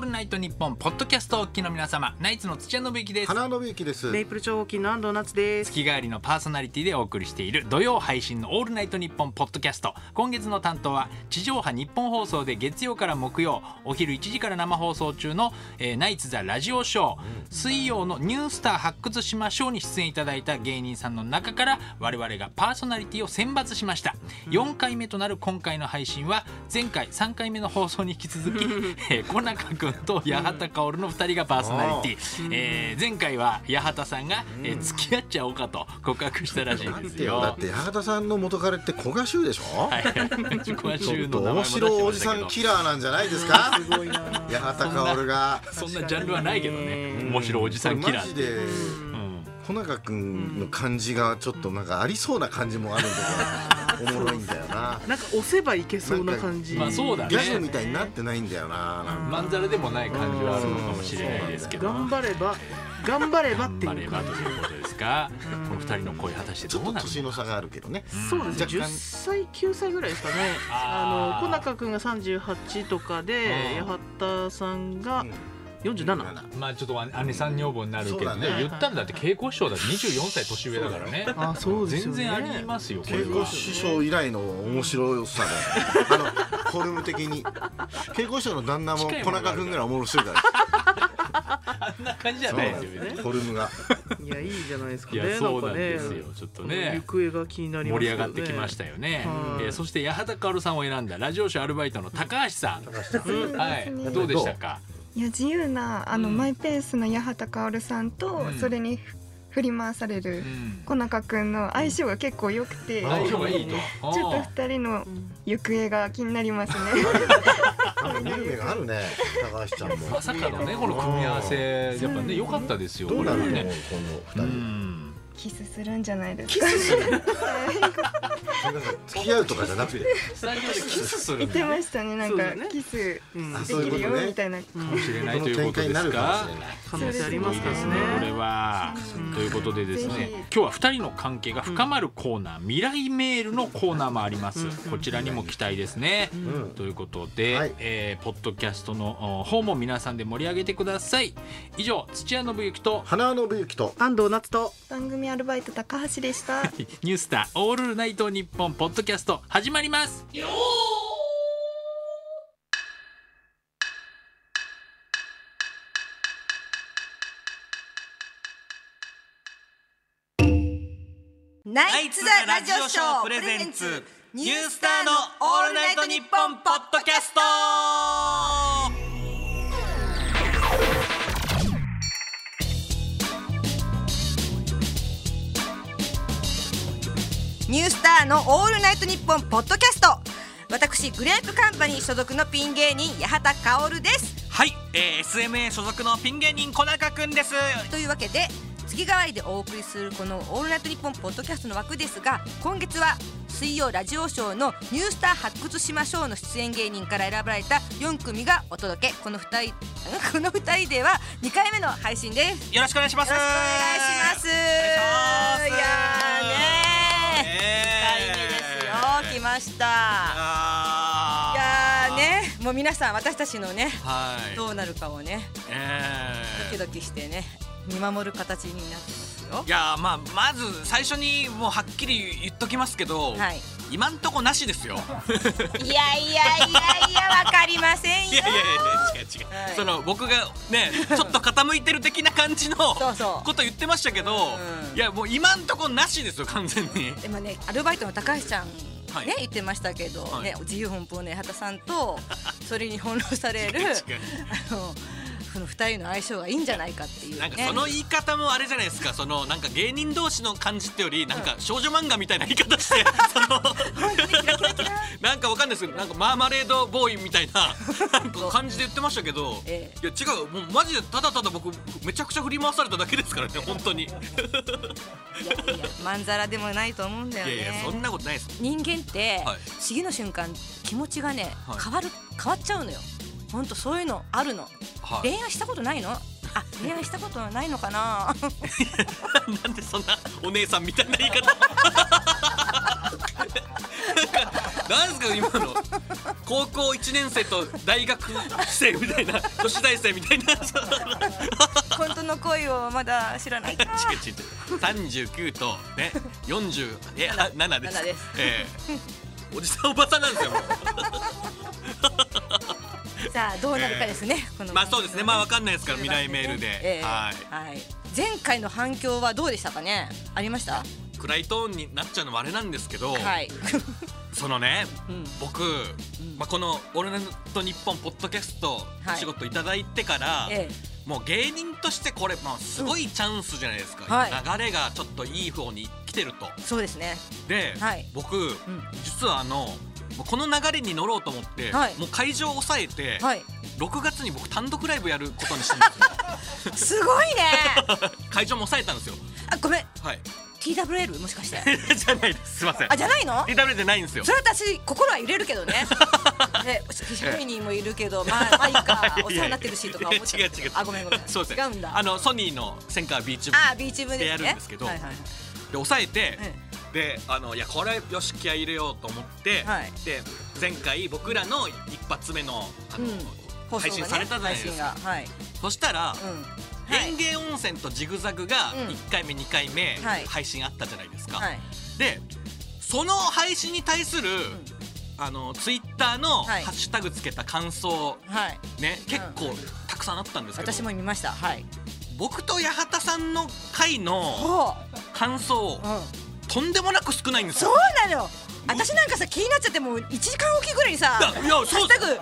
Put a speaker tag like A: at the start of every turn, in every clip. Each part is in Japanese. A: ルナイトニッポン」ポッドキャストをお聞きの皆様ナイツの土屋信之です
B: 花信之です
C: レイプル超合金の安藤夏です。
A: 月替わりのパーソナリティでお送りしている土曜配信の「オールナイトニッポン」ポッドキャスト今月の担当は地上波日本放送で月曜から木曜お昼1時から生放送中の「えーナイツ・ザ・ラジオショー」水曜の「ニュースター発掘しましょう」に出演いただいた芸人さんの中から我々がパーソナリティを選抜しました4回目となる今回の配信は前回3回目の放送に引き続 き、えー、小中君と八幡薫の2人がパーソナリティえー前回は八幡さんが、えー付き合っちゃおうかと告白したらしい
B: なん
A: で
B: て
A: す
B: よ
A: よ。
B: だって八幡さんの元彼って古賀衆でしょ、
A: はい、今
B: ちょ
A: 週
B: っ
A: の
B: と
A: 名前も
B: 面
A: 出してましたけ
B: 白い
A: ど
B: おじさんキラーなんじゃないで すか
C: すごいな。
B: 八幡薫が
A: そんなジャンルはないけどね
C: 確かに
A: 面白いおじさんキ
B: これ
A: ラ
B: マ
A: ーっ
B: ジ
A: て、
B: で
A: うん、
B: 小中君の感じがちょっとなんかありそうな感じもあるんだけどおもろいんだよな
C: なんか押せばいけそうな感じ。
A: まあそう だね
B: ギャグみたいになってないんだよななんか
A: まんざらでもない感じはあるのかもしれないですけど
C: 頑張れば、頑張ればって
A: バ
C: い
A: レ
C: う
A: ーバ
C: 感
A: ーということですかこの二人の恋果たして
B: ち
A: ど
B: ょっ
A: う
B: と
A: なる
B: 年
A: の
B: の差があるけどね
C: じ。そうですね。
B: 若
C: 10
B: 干
C: 歳、9歳ぐらいですかね。
A: あ
C: あ
A: ー
C: の小中くんが38とかで、
A: うん
C: 八幡さんが47。
A: まあちょっと姉さん女房になるけ
B: そう
A: ど、
B: だね
A: 言ったらだって稽古師匠だって24歳年上だからね
C: あ、そうです
A: 全
C: よね。
A: 然ありますよこれ
B: 稽古
A: は
B: 師匠以来の面白さだよ。あのフォルム的に稽古師匠の旦那も
A: 近い
B: 小
A: ものがあ
B: 中
A: る
B: 君ぐらい面白いから。
A: あんな感じじゃ
B: そう
A: ない
B: な
A: で
B: ん
A: すよ
B: だ
A: ね
B: よフォルムが。
C: いや、いいじゃないですか
A: い
C: ね。
A: やそうなんです
C: か
A: よちょっと
C: ね
A: ね
C: この行方が気になり
A: 盛
C: ます
A: り
C: よ
A: 上
C: ね。
A: がってきましたよね
C: は。い
A: えーそして八幡薫さんを選んだラジオショーアルバイトの高橋さん。
D: そうですね、
A: はい、どうでしたか。
D: いや自由なあの、
A: うん
D: マイペースの八幡薫さんと、
A: うん
D: それにふ振り回され
A: う
D: る
A: ん
D: 小中くんの相性が結構良くて、
A: 相性がいいと。
D: ちょっと
A: あ
D: 二人の行方が気になりますね。
B: なんか見る目があるね。高橋ちゃん
A: ー
B: も
A: ま。さかのね、この組み合わせ、やっぱね、良かったですよ。
B: どうなると思う
A: ね。
B: こ
A: う
B: の二人。
A: ん。
D: キスするんじゃないですか。 はい
B: なんか付き合うとかじゃなくて。
A: スタジオでキスする
D: 言
A: の
D: って
A: か
D: ましたね。なん
C: そう
D: か、
C: だね
D: キス
C: うん
B: あそうい
D: で
B: う
D: き
B: こ
D: る
B: と
D: よ
B: ね
D: みたいな。
A: もしれないと
B: こ
A: い
B: の
A: うこと
B: 展開
A: で
B: にな
A: す
B: るかも
A: か
B: し。れない。
C: 可能性ありますから
D: そう
A: ね
D: です
A: これ
C: ね。
A: は。ということでですね
D: ぜひ
A: 今日は2人の関係が深まるコーナー、未来メールのコーナーもあります、こちらにも期待ですね、ということで、
B: はい
A: えーポッドキャストのお方も皆さんで盛り上げてください以上土屋信之と
B: 花信之と。
C: 安藤夏と。
D: 番組アルバイト高橋でした。
A: ニュースターオールナイトニッポンポッドキャスト始まります
E: ナイツザラジオショープレゼンツニュースターのオールナイトニッポンポッドキャストニュースターのオールナイトニッポンポッドキャスト私グレープカンパニー所属のピン芸人八幡薫です
F: はい、えー、SMA 所属のピン芸人小中くんです
E: というわけで月替わりでお送りするこの「オールナイトニッポン」ポッドキャストの枠ですが今月は水曜ラジオショーの「ニュースター発掘しましょう」の出演芸人から選ばれた4組がお届けこの2人 この2人では2回目の配信ですよ
F: よろしくお願いしま
E: ろしく
F: す
E: お願いしますい
F: 願いします
E: やーねー2回目ですよ来ましたい
F: あ
E: やー
F: ー
E: ねもう皆さん私たちのね
F: はい
E: どうなるかをねドキ
F: え
E: ドキしてね見守る形になってますよ
F: ーいやーまあまず最初にもうはっきり言っときますけど、
E: はい
F: 今んとこなしですよ
E: いやいやいやいやわかりませんよ
F: いやいやいや違う違う、
E: はい
F: その僕がねちょっと傾いてる的な感じの
E: そうそう
F: こと言ってましたけど、
E: うん
F: いやもう今んとこなしですよ完全に
E: でもねアルバイトの高橋ちゃんね、
F: はい
E: 言ってましたけど、
F: はい
E: ね自由奔放の八幡さん とそれに翻弄される
F: 違う違う
E: あのこの二人の相性がいいんじゃないかっていうね
F: なんかその言い方もあれじゃないですか、そのなんか芸人同士の感じってよりなんか少女漫画みたいな言い方して、そのなんかわかんないですけどなんかマーマレードボーイみたいななんか感じで言ってましたけど、
E: ええ
F: いや違うもうマジでただただ僕めちゃくちゃ振り回されただけですからね本当に、
E: いやいやまんざらでもないと思うんだよね
F: いやいやそんなことないです
E: 人間って、
F: はい
E: 次の瞬間気持ちがね、
F: はい
E: 変わる変わっちゃうのよほんとそういうのあるの、
F: はい
E: 恋愛したことないのあ恋愛したことないのかな
F: なんでそんなお姉さんみたいな言い 方なんかなんですか今の高校1年生と大学生みたいな女子大生みたい なそう
E: 本当の恋をまだ知らない か
F: チケチケ39とね40えあ7です
E: 7です
F: ええおじさんおばさんなんですよも
E: さあどうなるかですね、こ
F: う
E: の
F: まあ そうですねまあわかんないですから未来メールで、
E: ええは
F: はい
E: い、前回の反響はどうでしたかねありました
F: 暗いトーンになっちゃうのもあれなんですけど、
E: はい、
F: そのね
E: うん
F: 僕、まあ、この「オールナイトニッポン」ポッドキャスト
E: はい
F: お仕事いただいてから、
E: ええ
F: もう芸人としてこれ、まあ、すごいチャンスじゃないですか、
E: はい
F: 流れがちょっといい方に来てると。
E: そうですね
F: で、
E: はい
F: 僕、
E: ん
F: 実はあのこの流れに乗ろうと思って、
E: はい
F: もう会場を抑えて、
E: はい
F: 6月に僕単独ライブやることにしたんですよ
E: すごいね
F: 会場も抑えたんですよ
E: あごめん
F: はい
E: TWL もしかして
F: じゃないですすいません
E: あじゃないの
F: TW じゃないんですよ
E: それは私心は揺れるけどね え100人もいるけどまあまあい いかお世話になってるしとか思っちゃ
F: いや
E: う
F: 違う違う
E: あごめんごめん
F: そうです
E: 違うんだ
F: あのソニーのセンカービーチ部
E: あビーチ部ですね
F: でやるんですけど
E: はいはいはい
F: で抑えて、
E: え
F: であのいやこれよし気合い入れようと思って、
E: はい
F: で前回僕らの一発目のあの、
E: うん放送
F: 配
E: がね
F: 信されたじゃないですか
E: 配信がはい
F: そしたら、
E: うん
F: 園芸温泉とジグザグが
E: うん
F: 1回目2回目
E: はい
F: 配信あったじゃないですか、
E: はいはい
F: でその配信に対する、あのツイッターの
E: はい
F: ハッシュタグつけた感想、
E: はい
F: ね結構たくさんあったんですけど
E: 私も見ましたはい
F: 僕と八幡さんの回の
E: ほ
F: 感想
E: う、うん、
F: とんでもなく少ないんです
E: そ
F: よ
E: うなの私なんかさ気になっちゃってもう1時間おきぐらいにさ「ハ
F: だいやそう
E: ッシュタグ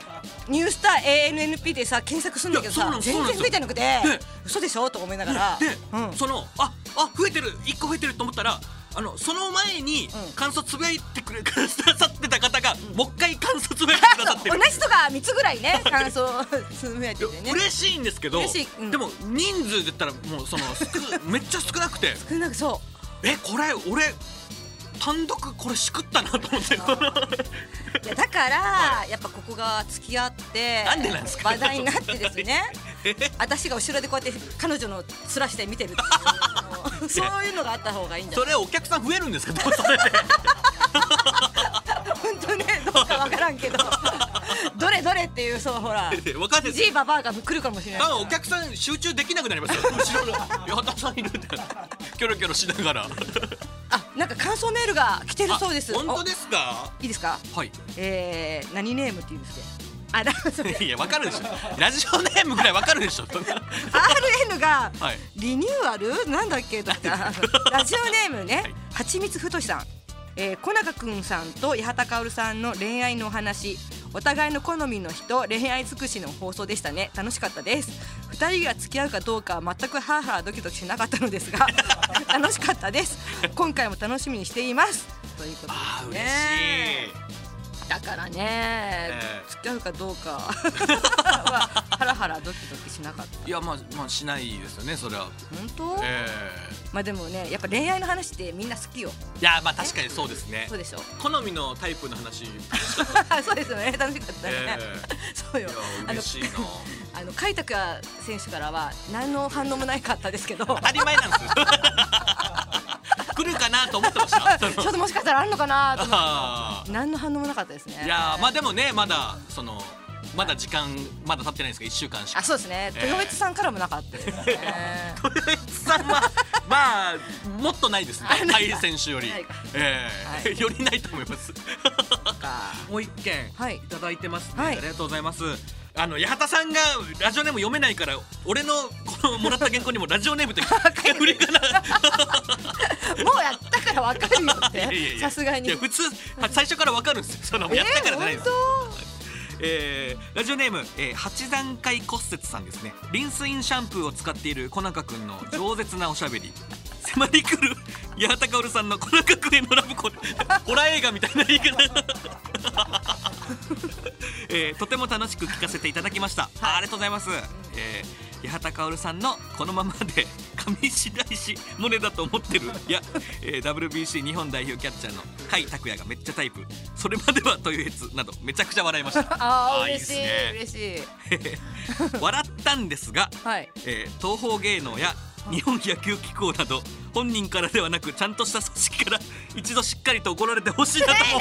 E: ニュースター ANNP」でさ検索するんだけど
F: いやそうな
E: さ
F: の
E: 全然増えてなくて
F: そうなんです
E: 嘘でしょと思いながら
F: で、
E: うん
F: そのああ増えてる1個増えてると思ったらあのその前に
E: うん
F: 感想つぶやいてくれくださってた方が、もう一回感想つぶやいてくださって
E: 同
F: る。
E: じとか3つぐ らいね感想をつぶやいててね
F: 嬉しいんですけど、
E: 嬉しいうん
F: でも人数で言ったらもうその少めっちゃ少なくて
E: 少なくそ
F: えこれ俺単独これしくったなと思って
E: ういやだから、やっぱここが付き合って
F: なんでなんですか
E: 話題になってです ね私が後ろでこうやって彼女の面して見てる っていうのをそういうのがあった方がいいんじゃ
F: そ
E: ない
F: れお客さん増えるんですかどうそれで
E: 本当ねどうかわからん けどどれどれっていうそうほら
F: 分かんないです
E: じいばばあが来るかもしれない
F: 多
E: から
F: 分お客さん集中できなくなりますよ後ろの八幡さんいるってキョロキョロしながら
E: あなんか感想メールが来てるそうです
F: あ本当ですか
E: おいいですか
F: はい
E: えー、何ネームって言うんですっけあだそれ
F: いや、わかるでしょ。ラジオネームぐらいわかるでしょ。
E: RN が
F: はい
E: リニューアルなんだっけとかラジオネームねはちみつふとしさん、えー、小中くんさんと八幡薫さんの恋愛のお話お互いの好みの人恋愛尽くしの放送でしたね楽しかったです二人が付き合うかどうかは全くハーハードキドキしなかったのです が楽しかったです今回も楽しみにしていますということ
F: あー、
E: です
F: 嬉しい
E: ね。だからね、
F: え
E: 付き合うかどうか はハラハラドキドキしなかった
F: いや、まあ、まあ、しないですよね、それは。
E: 本当、
F: え
E: まあでもねやっぱ恋愛の話ってみんな好きよ
F: えいや、まあ、確かにそうですね
E: そう。でしょ
F: 好みのタイプの話。
E: そうですよね楽しかったね、
F: え
E: そう
F: え
E: よ
F: いや、
E: あの
F: 嬉しいな。
E: あの海拓選手からは何の反応もないかったですけ ど ちょ
F: 当たり前なんですよ。来るかなと思ってました。 その
E: っともしかしたらあるのかなと思っ
F: あ
E: て何の反応もなかったですね
F: ーいやー、まあ、でもね、まだ、その、まだ時間、まだ経ってないんですか、一週間しか
E: あ。そうですね
F: ええ
E: 豊別さんからもなかった ですね
F: さんはまあもっとないですね。
E: あな
F: はいい
E: か
F: 選手より
E: ないか、
F: ええ
E: は
F: よりないと思います。
E: か
F: もう一件
E: はい
F: いただいてますね、
E: はい
F: ありがとうございます。あの八幡さんがラジオネーム読めないから俺のこのもらった原稿にもラジオネームって 振りかな
E: もうやったからわかるよっ
F: いやいや
E: て
F: いや
E: さすがに
F: いや普通最初からわかるんですよそのやったからじゃないです、えーラジオネーム、えー、8段階骨折さんですねリンスインシャンプーを使っている小中くんの饒舌なおしゃべり迫りくる八幡薫さんの小中くんへのラブコールホラー映画みたいな言い方えーとても楽しく聞かせていただきました、あありがとうございます、えー八幡薫さんのこのままで上白石萌音だと思ってるいや、えー WBC 日本代表キャッチャーの甲斐拓也がめっちゃタイプそれまではというやつなどめちゃくちゃ笑いました
E: ああ
F: ー
E: 嬉しい
F: いいで
E: 嬉しい
F: すね笑ったんですが、
E: はい
F: えー東方芸能や日本野球機構など本人からではなくちゃんとした組織から一度しっかりと怒られてほしいなと思う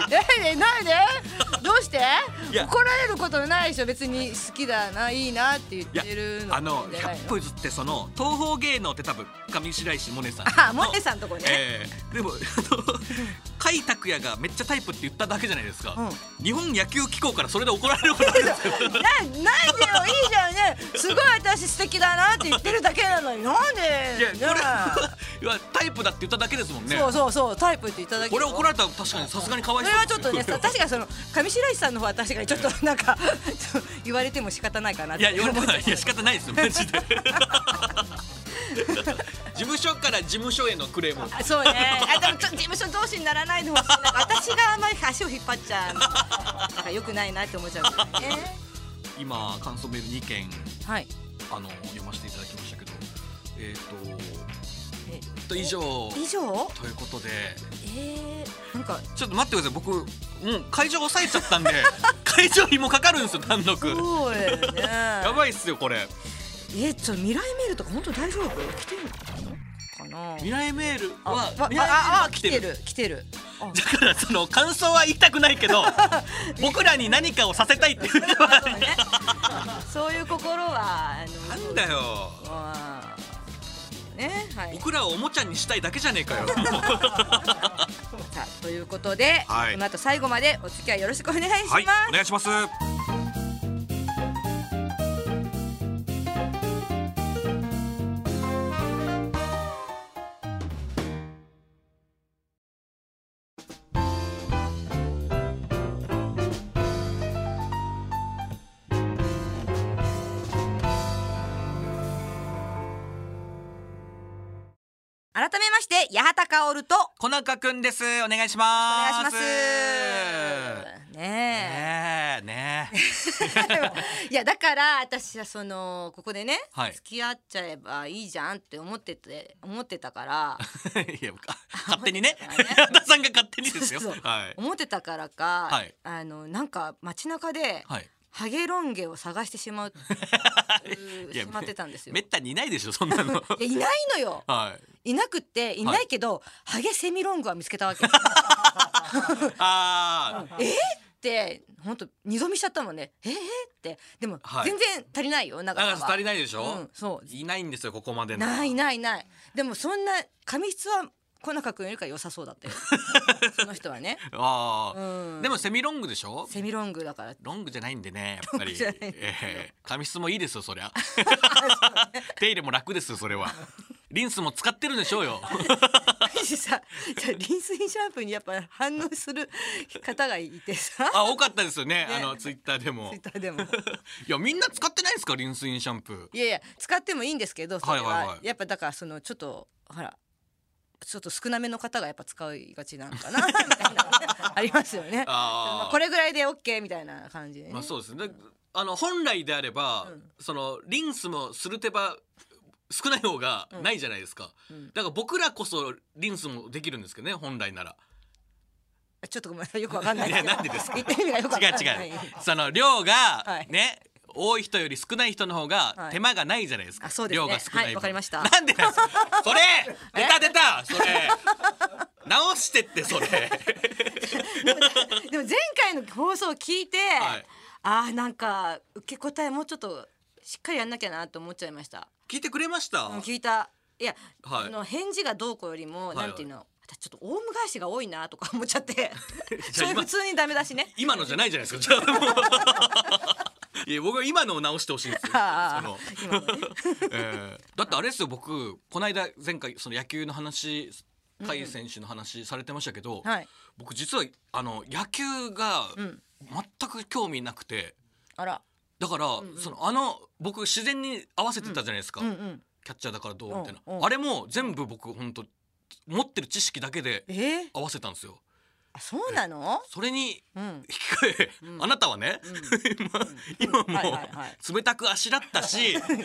E: なんでなんでなんでどうして
F: いや
E: 怒られることないでしょ別に好きだないいなって言ってるの
F: あの
E: じゃない
F: 百歩譲ってその東方芸能って多分上白石萌音さん
E: あモネさんとこね、
F: ええでもあの甲斐拓也がめっちゃタイプって言っただけじゃないですか、日本野球機構からそれで怒られることあるんですよ
E: ななんでよいいじゃんねすごい私素敵だなって言ってるだけなのになんで
F: いや
E: ね
F: これはいやタイプだって言っただけですもんね
E: そうそうそうタイプっていただけ
F: これ怒ら
E: れ
F: れたら確かにさすがにかわい
E: そ
F: そ
E: れは
F: う
E: ちょっとねさ
F: さ
E: 確かにその上白石さんの方は確かにちょっとなんかちょっと言われても仕方ないかなっ
F: い
E: て
F: や言われたらいや仕方ないですよマ ジで事務所から事務所へのクレーム
E: あそうね。あでもちょっと事務所同士にならないでほしいな。私があんまり足を引っ張っちゃう。なんか良くないなって思っちゃう、
F: 今感想メール2件
E: はい。
F: あの読ませていただきましたけどえっ、
E: え
F: とと以上
E: 以上？
F: ということで
E: えー、なんか
F: ちょっと待ってください僕もう会場抑えちゃったんで 会場費もかかるんですよ単独
E: そうだよね。
F: やばいっすよこれ
E: えちょっと未来メールとか本当大丈夫？来てるのかな？
F: 未来メールは
E: あ
F: 未来メール
E: あ
F: は
E: あ来てる来てる。あ
F: だからその感想は言いたくないけ ど僕らに何かをさせたいっていうの は
E: そうね。そういう心はあの。
F: なんだよ
E: まあねはい。
F: 僕らをおもちゃにしたいだけじゃねえかよ
E: さあということで、
F: はい
E: この後最後までお付き合いよろしくお願いします。
F: はいお願いします
E: 改めまして八幡薫と
F: 小中くんですお願いし
E: お願い
F: ま
E: しますす。ね
F: ねえねえ
E: え、いやだから私はそのここでね、
F: はい
E: 付き合っちゃえばいいじゃんって思ってて思ってたから、
F: いやか勝手にね
E: そうね
F: 矢 田さんが勝手にですよ
E: そうそう
F: はい
E: 思ってたからか、
F: はい
E: あのなんか街中で、
F: はい
E: ハゲロン毛を探してしまう
F: いや
E: しまってたんですよ。
F: め
E: い
F: ったにいないでしょそんなの
E: やいないのよ。
F: はい
E: いなくっていないけど、ハゲセミロングは見つけたわけ。
F: あ あ
E: って本当二度見しちゃったもんねえー、ってでも、
F: はい
E: 全然足りないよ長さは
F: 長さ足りないでしょ
E: うん、そう
F: いないんですよここまでの
E: ないないないでもそんな髪質は小中君よりか良さそうだ ったよその人はね、
F: あ
E: う
F: あ、
E: ん、
F: でもセミロングでしょ
E: セミロングだから
F: ロングじゃないんでねやっ ぱ
E: ロン
F: り
E: グじゃないんだ
F: ええ髪質もいいですよそりゃ手入れも楽ですよそれはリンスも使ってるんでしょうよ
E: 私さじゃあリンスインシャンプーにやっぱ反応する方がいてさ
F: あ多かったですよね
E: ね
F: あのツイッターでも
E: ツイッターでも
F: いやみんな使ってないんですかリンスインシャンプー
E: いやいや使ってもいいんですけどそれは,、
F: はいはいはい
E: やっぱだからそのちょっとほらちょっと少なめの方がやっぱ使いがちなのかなみたいな ありますよね。ま
F: あ
E: あ、
F: あ
E: これぐらいで OK みたいな感じでね、
F: まあそうですねであの本来であれば、そのリンスもする手羽少ない方がないじゃないですか、
E: うん
F: だから僕らこそリンスもできるんですけどね本来なら
E: ちょっとごめんなさいよくわかんない
F: いやなんでですか
E: 言ってる意味が よくわ
F: 違
E: か
F: うん
E: ない
F: 違う、その量が
E: い
F: ね、多い人より少ない人の方が
E: はい
F: 手間がないじゃないですか、
E: あそうですね
F: 量が少ない分
E: はいわかりました
F: なんでなんですか それ出た出たそれ直してってそれ
E: でも前回の放送を聞いて、
F: はい
E: ああなんか受け答えもうちょっとしっかりやんなきゃなと思っちゃいました
F: 聞いてくれました、
E: うん聞いたいや、
F: はい
E: あの返事がどうこうよりも、
F: いはい
E: なんていうの私ちょっとオウム返しが多いなとか思っちゃって それ
F: 今
E: 普通にダメだしね
F: 今のじゃないじゃないですかじゃあもういや僕は今のを直してほしいんですよ
E: ああ
F: そ
E: 今のね
F: えーだってあれですよ僕この間前回その野球の話甲斐選手の話されてましたけど、
E: はい
F: 僕実はあの野球が
E: うん
F: 全く興味なくて、
E: あら
F: だから、そのあの僕自然に合わせてたじゃないですか、
E: うんうん
F: キャッチャーだからどうみたいな、
E: うんうん
F: あれも全部僕本当持ってる知識だけで
E: えー、
F: 合わせたんですよ
E: あそうなの
F: それに
E: うん
F: 引き換え、
E: うん
F: あなたはね、まあ今
E: はい
F: も
E: はいはい
F: 冷たくあしらっ たし、
E: いやいやま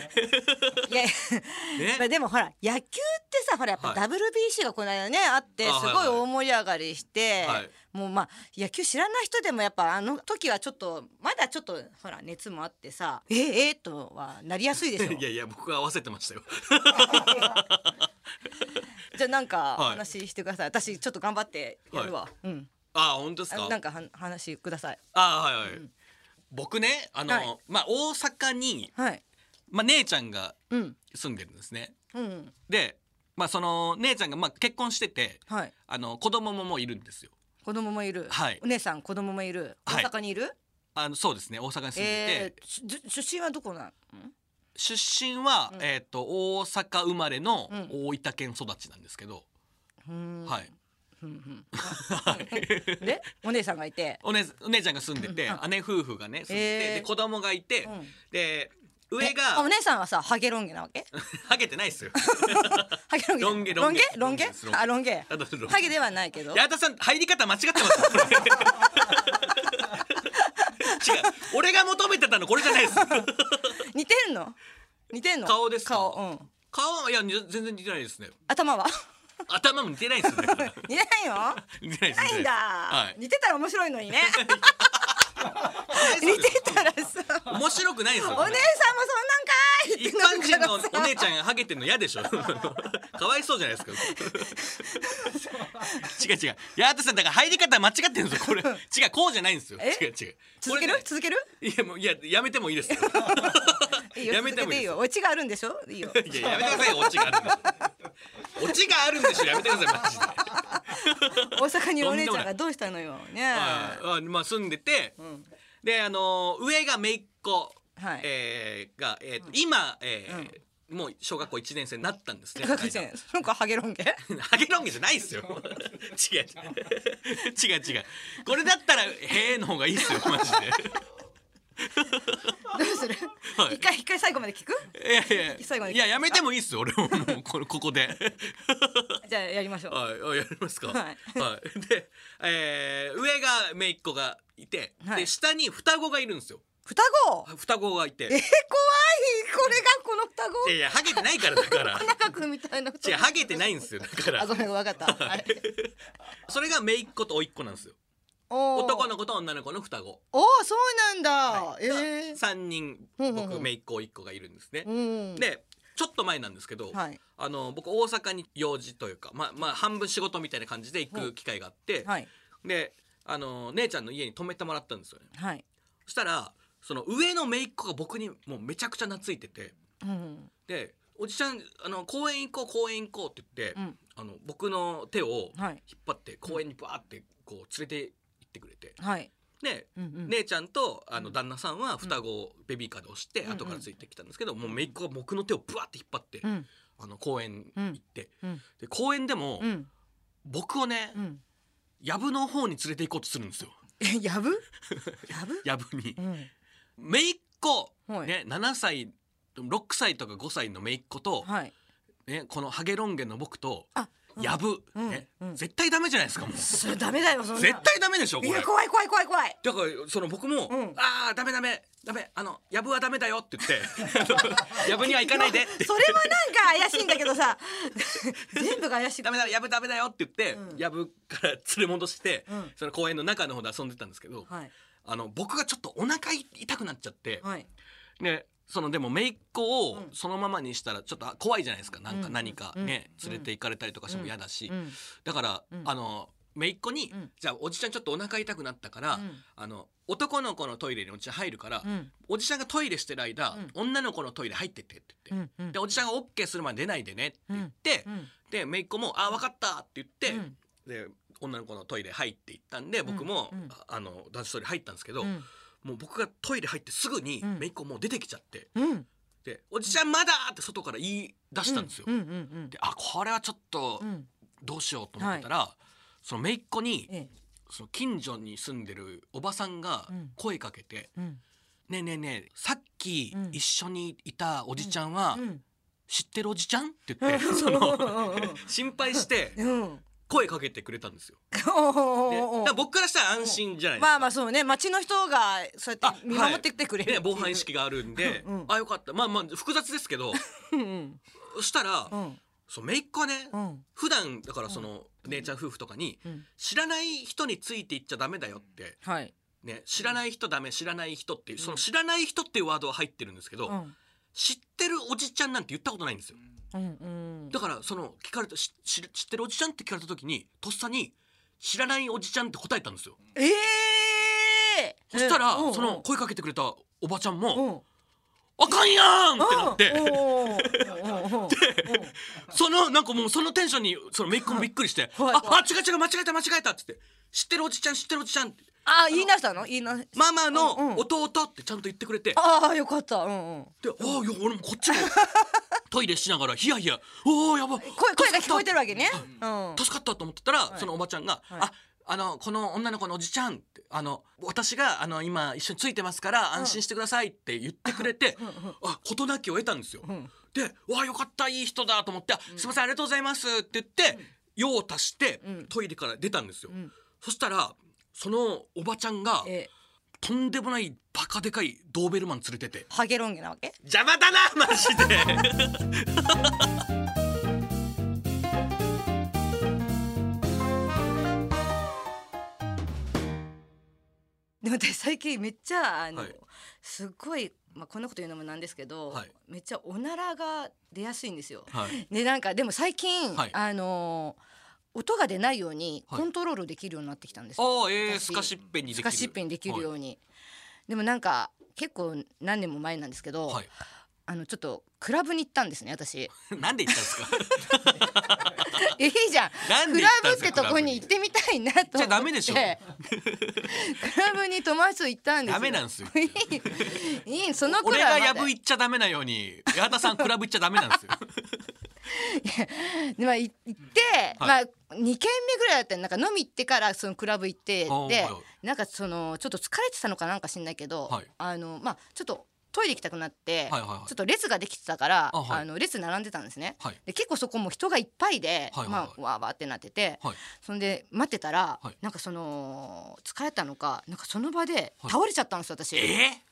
E: あ
F: ね、
E: でもほら野球ってさほらやっぱ
F: はい
E: WBC がこの間ねあって
F: あ
E: す
F: はい
E: ごい大盛り上がりして、
F: はい
E: もうまあ野球知らない人でもやっぱあの時はちょっとまだちょっとほら熱もあってさえー、えー、とはなりやすいでしょ
F: いやいや僕は合わせてましたよ。
E: じゃあなんか
F: はい
E: 話してください、私ちょっと頑張ってやるわ、うん
F: あ本当です
E: あ
F: か。
E: なんかは話ください
F: あはいはい。僕ねあの、
E: はい
F: まあ大阪に
E: はい
F: まあ姉ちゃんが
E: うん
F: 住んでるんですね。
E: うん
F: でまあその姉ちゃんがまあ結婚してて
E: はい
F: あの子供ももういるんですよ。
E: 子供もいる、
F: はい
E: お姉さん子供もいる
F: はい
E: 大阪にいる、
F: あのそうですね大阪に住んでて、
E: えーしず出身はどこなん
F: 出身は、
E: うん
F: えっ、と大阪生まれの
E: うん
F: 大分県育ちなんですけど、
E: うん
F: はい。
E: うん うん
F: はい
E: でお姉さんがいて、
F: お姉お姉ちゃんが住んでて、
E: う
F: 姉夫婦がね住んでて、
E: えー
F: で子供がいて、
E: うん
F: で上
E: えあお
F: が
E: 姉さんはさハゲロン毛なわ け
F: ハゲてない ですよ。
E: ハゲロン毛
F: ロン毛
E: ロン毛
F: ロン毛ですロン毛
E: あロン毛
F: あと ロン毛
E: ハゲではないけど
F: 矢田さん入り方間違ってます よこれ違う俺が求めてたのこれじゃないです
E: 似てんの似てんの
F: 顔ですか
E: 顔うん
F: 顔はいや全然似てないですね
E: 頭 は
F: 頭も似てないですねだから
E: 似てないの
F: 似てないです
E: ないんだ、
F: はい
E: 似てたら面白いの にね
F: 似てな
E: 似
F: いです
E: てたらさ
F: 面白くないですよ
E: お姉さんもそんなんかーいって
F: 一般人
E: な
F: の
E: んかさ
F: お姉ちゃんがハゲてんの嫌で しょかわいそうじゃないですか違う違う矢田さんだから入り方間違ってるんですよこれ違うこうじゃないんですよ
E: え
F: 違う違う
E: 続ける
F: これね
E: 続ける
F: いやもういややめてもいいですよ
E: いいよ
F: やめて
E: 続
F: も
E: け
F: い
E: ていい
F: いですよ
E: よオチがあるんでしょいいよ
F: いややめてくださいよオチがあるんでしょオチがあるんでしょやめてくださいマジで
E: 大阪にいるお姉ちゃんがどうしたのよね
F: はいあまあ住んでて、
E: ん
F: であのー上が姪っ子、
E: はい
F: えーが、えーと今、えーもう小学校1年生になったんですね
E: 高橋先生 その子はハゲロ ン毛
F: ハゲロン毛じゃないです よ違う違う違う違うこれだったら「へえ」の方がいいで すよマジ
E: どうする、
F: は い
E: 一回一回最後まで聞く
F: でいやいや
E: 最後まで
F: いややめてもいいですよ俺ももうこれここで
E: じゃあやりましょう、
F: はいあやりますか、
E: はい
F: で、えー上が姪っ子がいて、
E: は
F: で
E: い
F: 双子に双子がいるんですよ
E: 双子
F: 双子がいて
E: えー、怖いこれがこの双
F: いやいやハゲてないからだから
E: 子中くんみたいな
F: 違うハゲてないんですよだか
E: あ
F: ら
E: ごめんわかったあれ
F: それが姪っ子と甥っ子なんですよ
E: おー
F: 男の子と女の子の双子
E: おーそうなんだ、
F: はい
E: えー、
F: 3人
E: うんうんうん
F: 僕姪っ子甥っ子がいるんですね
E: うん
F: でちょっと前なんですけど、
E: はい
F: あの僕大阪に用事というか、まあ、まあ半分仕事みたいな感じで行く機会があって、
E: はい
F: であの姉ちゃんの家に泊めてもらったんですよね
E: はい
F: そしたらその上の姪っ子が僕にもうめちゃくちゃ懐いてて
E: うん
F: でおじちゃんあの公園行こう公園行こうって言って、
E: うん
F: あの僕の手を引
E: は
F: っ
E: い
F: 張って公園にバーってこう連れて行ってくれて
E: はい
F: で
E: うんうん
F: 姉ちゃんとあの旦那さんは双子をベビーカーで押して
E: ん
F: 後からついてきたんですけど、もう姪っ子が僕の手をブワーって引っ張って、
E: うん
F: あの公園行って、
E: うんうん
F: で公園でも
E: うん
F: 僕をね
E: うん
F: 藪、の方に連れて行こうとするんですよ
E: えやぶやぶ
F: 藪に
E: う。ん
F: 姪っ子、
E: はい
F: ね、7歳6歳とか5歳の姪っ子と、
E: はい
F: ね、このハゲロン毛の僕と
E: あ
F: 藪、
E: うん
F: ね
E: うん
F: 絶対ダメじゃないですかもう絶
E: それダメだよそんな
F: 対ダメでしょこ
E: い
F: れ
E: や。怖い怖い怖い怖い
F: だからその僕も「
E: うん
F: ああダメダメダメあのやぶはダメだよ」って言って 「やぶには行かな いで」って
E: それはなんか怪しいんだけどさ 全部が怪し
F: 「
E: い
F: ダメだやぶダメだよ」って言って、
E: うん
F: やぶから連れ戻して、
E: うん
F: その公園の中の方で遊んでたんですけど、
E: はい
F: あの僕がちょっとお腹い痛くなっちゃって、
E: はい
F: ねそのでも姪っ子を
E: うん
F: そのままにしたらちょっと怖いじゃないですかなんか
E: うん
F: 何かね、
E: うん
F: 連れて行かれたりとかしても嫌だし、
E: うん
F: だから、
E: うん
F: あの姪っ子に、
E: うん
F: じゃあおじちゃんちょっとお腹痛くなったから、
E: うん
F: あの男の子のトイレにおじちゃん入るから、
E: うん
F: おじちゃんがトイレしてる間、女の子のトイレ入ってってって
E: う
F: 言って、
E: んうん
F: でおじちゃんがオッケーするまで出ないでねって言って、
E: うん
F: で姪っ子も「あ分かった」って言って、
E: うん
F: で女の子のトイレ入っていったんで僕も、
E: うんうん
F: ああの男子トイレ入ったんですけど、
E: うん
F: もう僕がトイレ入ってすぐに
E: うん
F: 姪っ子もう出てきちゃって
E: うん
F: 「でおじちゃんまだ!」って外から言い出したんですよ。
E: うんうんうん
F: であこれはちょっと
E: うん
F: どうしようと思ってたら、その姪っ子に
E: ええ
F: その近所に住んでるおばさんが
E: うん
F: 声かけて。
E: うん
F: ねえねえねえさっき
E: うん
F: 一緒にいたおじちゃんは
E: うん
F: 知ってるおじちゃんって言ってその心配して
E: うん
F: 声かけてくれたんですよ。
E: おーお
F: で
E: ーおー
F: だから僕からしたら安心じゃないですか。
E: まあまあそうね町の人がそうやって見守ってきてくれる、
F: ね、防犯意識があるんで、
E: うんうん
F: あよかったまあまあ複雑ですけど
E: うんうん
F: そしたら、
E: うん
F: そうめいっ子はね、
E: うん
F: 普段だからその、姉ちゃん夫婦とかに、
E: うん
F: 知らない人についていっちゃダメだよって、
E: はい、
F: ね、知らない人ダメ知らない人っていうその知らない人っていうワードは入ってるんですけど、
E: うん
F: 知ってるおじちゃんなんて言ったことないんですよ
E: うんうん、
F: だからその聞かれたし知知ってるおじちゃんって聞かれた時にとっさに知らないおじちゃんって答えたんですよ、
E: ええ
F: そしたら、
E: うんうん
F: その声かけてくれたおばちゃん
E: う
F: も
E: ん
F: 「あかんやん!」ってなって、
E: って
F: そのなんかもうそのテンションにそのめいっ子もびっくりして「
E: はい
F: ああ違う違う間違えた間違えた」っつって「知ってるおじちゃん知ってるおじちゃん」って
E: あ言いなしたの言いな
F: ママ
E: うんう
F: の
E: ん
F: 弟ってちゃんと言ってくれて、
E: ああよかったうんうん
F: で「ああいや俺もこ っちもトイレしながらヒヤヒヤおおやばい
E: 声声が聞こえてるわけねうん
F: 助かったと思ってたら、
E: い
F: そのおばちゃんが「
E: はい
F: ああのこの女の子のおじちゃんってあの私があの今一緒についてますから安心してください」って言ってくれて、あ事なきを得たんですよ。
E: うん
F: で「わあよかったいい人だ」と思ってあ「すいませんありがとうございます」って言って、用を足して、
E: うん
F: トイレから出たんですよ、
E: うん
F: そしたらそのおばちゃんが
E: え
F: とんでもないバカでかいドーベルマン連れてて
E: ハゲロン毛なわけ
F: 邪魔だなマジで
E: でも私最近めっちゃあの、
F: はい
E: すごいまあこんなこと言うのもなんですけど、
F: はい
E: めっちゃおならが出やすいんですよ。
F: はい
E: ねなんかでも最近、
F: はい
E: あの音が出ないように
F: はい
E: コントロールできるようになってきたんですよ。
F: ああえー、
E: 私
F: スカシッペンにでき
E: ス
F: る
E: カシッペンできるように、でもなんか結構何年も前なんですけど、
F: はい
E: あのちょっとクラブに行ったんですね私
F: なんで言ったんですか
E: えいいじゃん
F: なん
E: ク
F: で
E: ラ
F: 行っ
E: ブ
F: た
E: っ
F: んです
E: て
F: か
E: とこに行ってみたいなと思って
F: じゃあダメでしょ
E: クラブに友達と行ったんですよ
F: ダメな んですよ
E: いいいいそのく
F: 俺
E: ら
F: が
E: いは
F: や
E: まだ
F: ぶ行っちゃダメなように矢田さんクラブ行っちゃダメなん ですよ
E: まあい行って、
F: は
E: まあ2軒目ぐらいだったらなんか飲み行ってからそのクラブ行ってで、
F: あーはいはい
E: なんかそのちょっと疲れてたのかなんか知んないけど、
F: はい
E: あのまあちょっとトイレ行きたくなって、
F: はいはいはい
E: ちょっと列ができてたから
F: あ
E: あ、
F: はい
E: の列並んでたんですね。
F: はい
E: で結構そこも人がいっぱいで、
F: はいはいはい
E: まあわーわーってなってて、
F: はい
E: そんで待ってたら、
F: はい
E: なんかその疲れたのかなんかその場で
F: はい
E: 倒れちゃったんですよ私、
F: え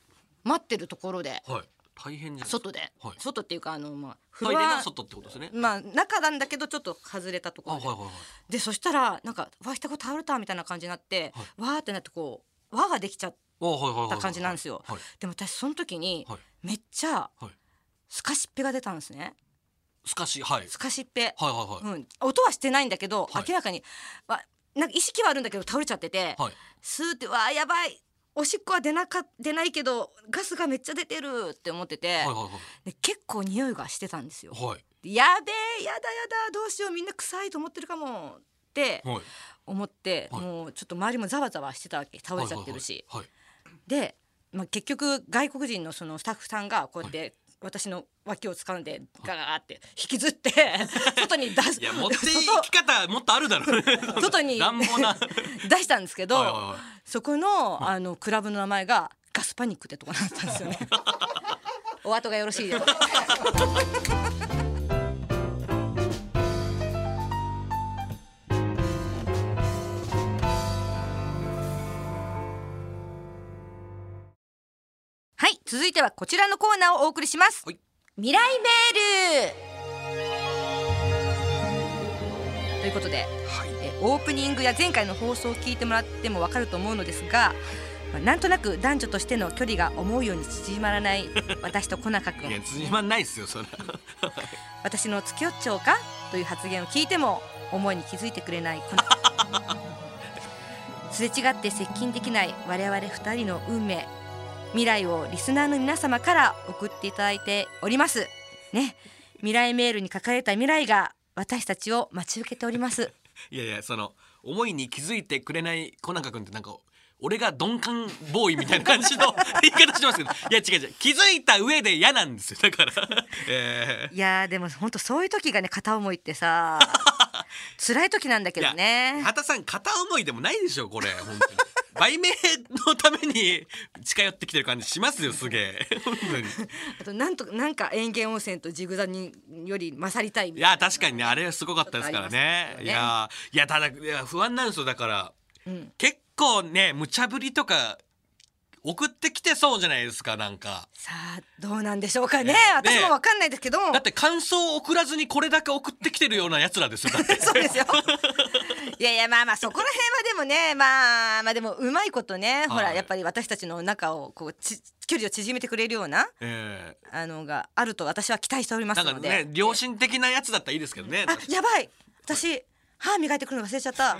E: 待ってるところで
F: ー、はい大変じゃないですか
E: 外で、
F: はい
E: 外っていうかあのまあフ
F: トイ
E: ロ
F: レの
E: ア
F: 外ってことですね
E: まあ中なんだけどちょっと外れたとこ
F: あ
E: ろ
F: は
E: で
F: いはいはい
E: でそしたらなんか「わひたこ倒れた」みたいな感じになって、わーってなってこう輪ができちゃっ
F: あはいはいはいは
E: た
F: い
E: 感じなんですよ。
F: はい
E: でも私その時に
F: はい
E: めっちゃ
F: はい
E: スカシッペが出たんですね。
F: スカシはい
E: スカシッペ、
F: はいはいは
E: うん、音はしてないんだけど、
F: はい
E: 明らかにわなんか意識はあるんだけど倒れちゃってて、
F: いはい
E: スーって「わーやばいおしっこは出なか出ないけどガスがめっちゃ出てる」って思ってて、
F: はいはいは
E: で結構匂いがしてたんですよ。
F: いはい
E: でやべえやだやだどうしようみんな臭いと思ってるかもって
F: はい
E: 思って、
F: はい
E: もうちょっと周りもざわざわしてたわけ倒れちゃってるし、
F: はいはい
E: で、まあ、結局外国人のそのスタッフさんがこうやって私の脇を掴んでガガーって引きずって 外に出す
F: いや持ってい
E: 外
F: き方もっとあるだろうね
E: 外に
F: 乱暴な
E: 出したんですけど、
F: はいはいはい
E: そこのあのクラブの名前がガスパニックってとこだったんです よね。お後がよろしいよ。はい、続いてはこちらのコーナーをお送りします。
F: はい
E: 未来メールということで、えオープニングや前回の放送を聞いてもらってもわかると思うのですが、まあ、なんとなく男女としての距離が思うように縮まらない私と小中
F: いや
E: 君
F: 縮まんないですよそれ
E: 私の付き合っちゃおうかという発言を聞いても思いに気づいてくれない小中 すれ違って接近できない我々二人の運命未来をリスナーの皆様から送っていただいておりますね未来メールに書かれた未来が私たちを待ち受けております
F: いやいやその思いに気づいてくれない小中君ってなんか俺が鈍感ボーイみたいな感じの 言い方してますけどいや違う違う気づいた上で嫌なんですよだから、え
E: いやーでも本当そういう時がね片思いって さ辛い時なんだけど
F: ー、いや
E: ね
F: 畑さん片思いでもないでしょこれ本当に売名のために近寄ってきてる感じしますよすげえ本当に
E: あとなんとなんか園芸温泉とジグザにより勝りたいみ
F: い
E: たいな
F: や確かにねあれはすごかったですからね
E: ありますよね
F: いやいやただいや不安なんですよだから、
E: うん
F: 結構ね無茶ぶりとか送ってきてそうじゃないですかなんか
E: さあどうなんでしょうかね
F: ね
E: 私もわかんないですけども
F: だって感想を送らずにこれだけ送ってきてるようなやつらですよだっ て
E: そうですよいやいやまあまあそこら辺はでもねまあまあでもうまいことね、ほ
F: は
E: ら
F: い
E: やっぱり私たちの中をこうち距離を縮めてくれるような
F: え
E: あのがあると私は期待しておりま
F: えな
E: す
F: んか
E: ので、
F: ね良心的なやつだったらいいですけどね
E: あやばい私歯磨いてくるの忘れちゃった
F: あ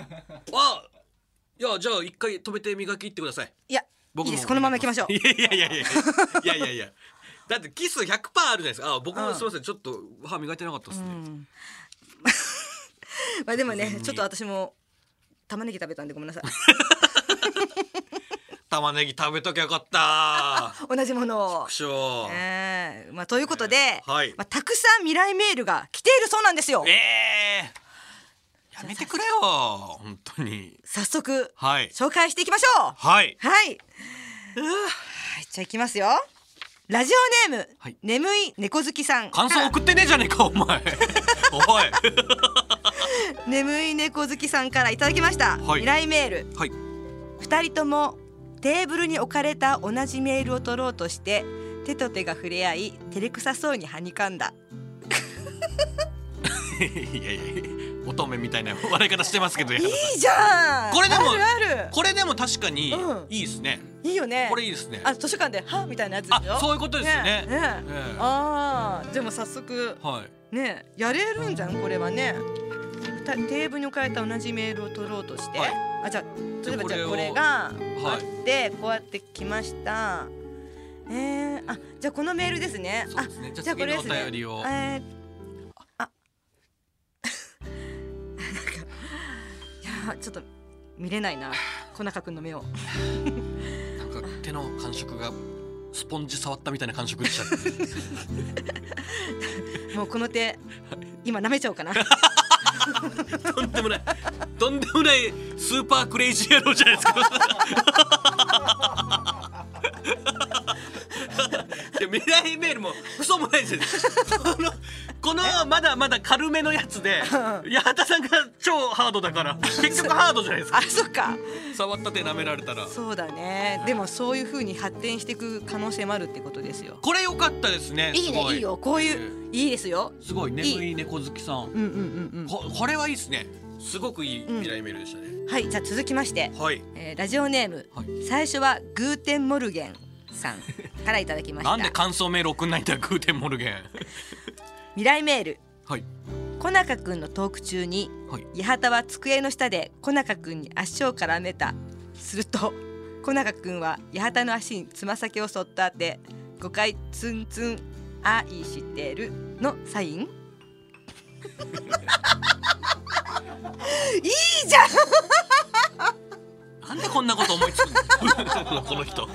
F: いやじゃあ一回止めて磨き行ってください
E: いやいい
F: も
E: ですこのまま行きましょう
F: いやいやいやいやいやいやいやだってキス100%あるじゃないですかあ僕もすいませんちょっと歯磨いてなかったですね、
E: まあでも
F: 自
E: ね
F: 然に
E: ちょっと私も玉ねぎ食べたんでごめんなさい
F: 玉ねぎ食べときゃよかった
E: 同じものを
F: 苦笑
E: ええまあということで、
F: はい
E: まあ、たくさん未来メールが来ているそうなんですよ
F: ええやめてくれよ本当に
E: 早速、
F: はい
E: 紹介していきましょう
F: はい
E: はい。はい、じゃあ行きますよ。ラジオネーム、
F: はい
E: 眠い猫好きさん。
F: 感想送ってねえじゃね えかお前おい
E: 眠い猫好きさんからいただきました。
F: はい
E: 依頼メール。
F: はい
E: 二人ともテーブルに置かれた同じメールを取ろうとして、手と手が触れ合い、照れくさそうにはにかんだ。
F: いやいや乙女みたいな笑い方してますけどやだ
E: いいじゃん。
F: これでも
E: あるある。
F: これでも確かに
E: うん
F: いいですね、
E: いいよね。
F: これいいですね
E: あ、図書館ではみたいなやつでしょ。
F: あそういうことですよね
E: ねね
F: ええ
E: ああ、でも早速
F: はい
E: ねえやれるんじゃんこれはねたテーブルに置かれた同じメールを取ろうとして、
F: はい
E: あじゃあ例えば
F: じ
E: じ
F: ゃ
E: ゃ
F: あ
E: あ
F: こ
E: こ
F: れを
E: れがあってこうやって来ましたえー、あじゃあこのメールですね
F: そう
E: あ
F: ですねじゃあ
E: じゃあこれですね
F: 次のお便りを
E: えー、あ あなんかいやちょっと見れないな小中くんの目を
F: なんか手の感触がスポンジ触ったみたいな感触でしたね
E: もうこの手今舐めちゃおうかな
F: とんでもないとんでもないスーパークレイジー野郎じゃないですか いや未来メールもクソもないですよこのこのまだまだ軽めのやつで八幡さんが超ハードだから結局ハードじゃないですか
E: あそっか
F: 触った手舐められたら
E: そうだねでもそういう風に発展していく可能性もあるってことですよ
F: これ良かったですね
E: いい
F: すご
E: ねいいよこういういいですよ
F: すごい
E: いい
F: 眠い猫好きさん
E: うんうんうん
F: ここれはいいですねすごくいい未来メールでしたね、
E: うんはいじゃあ続きまして、
F: はい
E: えーラジオネーム、
F: はい
E: 最初はグーテンモルゲンさんからいただきました
F: なんで感想メール送んないんだよグーテンモルゲン
E: 未来メール
F: はい
E: 小中くんのトーク中に、
F: はい
E: 八幡は机の下で小中くんに足を絡めたすると小中くんは八幡の足につま先をそっと当て5回ツンツン愛してるのサインいいじゃん
F: なんでこんなこと思いつくの この人こ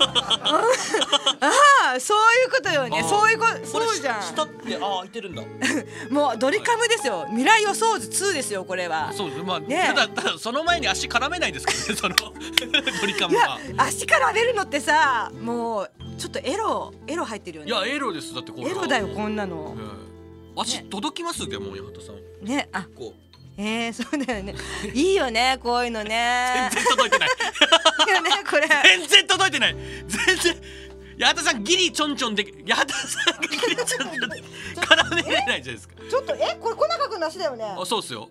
E: あそういうことよね
F: あー
E: そういうこと
F: れ
E: そうじゃ
F: 下
E: ん
F: ってああ開いてるんだ
E: もうドリカムですよ未来予想図2ですよこれは
F: そうですまあ、
E: ねえ
F: ただただその前に足絡めないですけどねその ドリカ
E: い
F: ム
E: や
F: は
E: 足から出るのってさもうちょっとエロエロ入ってるよ
F: い
E: ね
F: やエロですだってこれは
E: エロだよこんなの
F: ええ足届きますでも八幡さん
E: ねあ
F: こう
E: えー、そうだよねいいよねこういうのね
F: 全然届 いてない
E: いいよねこれ
F: 全然届いてない全然八幡さんギリちょんちょんで八幡さんギリちょんち ょんで絡められないじゃないですか
E: ちょっとえこれ小中くんの足だよね
F: あそうっすよ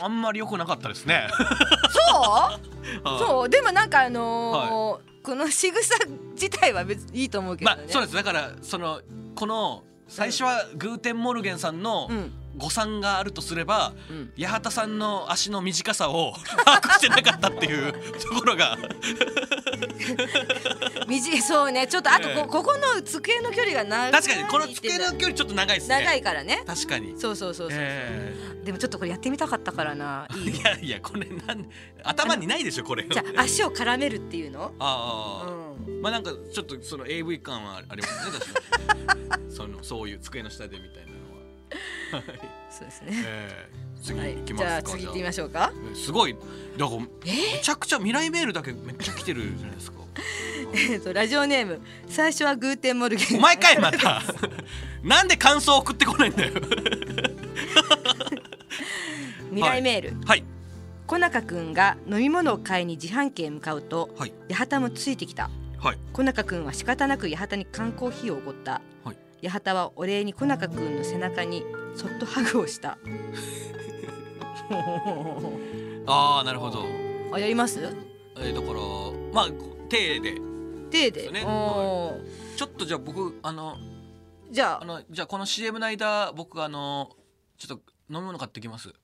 F: あんまり良くなかったですね
E: そう
F: う
E: そうでもなんかあのーこの仕草自体は別にいいと思うけど
F: まあ
E: ね、
F: そうですだからそのこの最初はグーテンモルゲンさんの
E: うん
F: 誤算があるとすれば、
E: うん
F: 八幡さんの足の短さを 把握してなかったっていう ところが
E: 短いそうねちょっとあとこ,、
F: ええ
E: ここの机の距離が長い
F: 確かにこの机の距離ちょっと長いですね
E: 長いからね
F: 確かに
E: そうそうそうそう、
F: え
E: でもちょっとこれやってみたかったからない
F: え
E: い
F: いやいやこれなん頭にないでしょこれ
E: じゃあ足を絡めるっていうのう
F: ああ、
E: ん
F: まあなんかちょっとその AV 感はありますね確かにそのそういう机の下でみたいなのは
E: そうですね。
A: えー次
E: はい
A: 行きます
E: じ
A: か、
E: ゃあ次行ってみましょうか。
F: えすごいだからめちゃくちゃ未来メールだけめっちゃ来てるじゃないですか
E: えっとラジオネーム最初はグーテンモルゲン。
F: お前かいまた なんで感想送ってこないんだ よ
E: 未来メール。
F: はい
E: 小中くんが飲み物を買いに自販機へ向かうと、
F: はい
E: 八幡もついてきた。
F: はい
E: 小中くんは仕方なく八幡に缶コーヒーをおごった。
F: はい
E: 八幡はお礼に小中くんの背中にそっとハグを した。
F: ああなるほど
E: あやります？
F: えーだからまあ手で
E: 手
F: そ
E: で。
F: うね
E: おー
F: ちょっとじゃあ僕あの
E: じゃ
F: あのじゃあこの CM の間僕あのちょっと飲み物買ってきます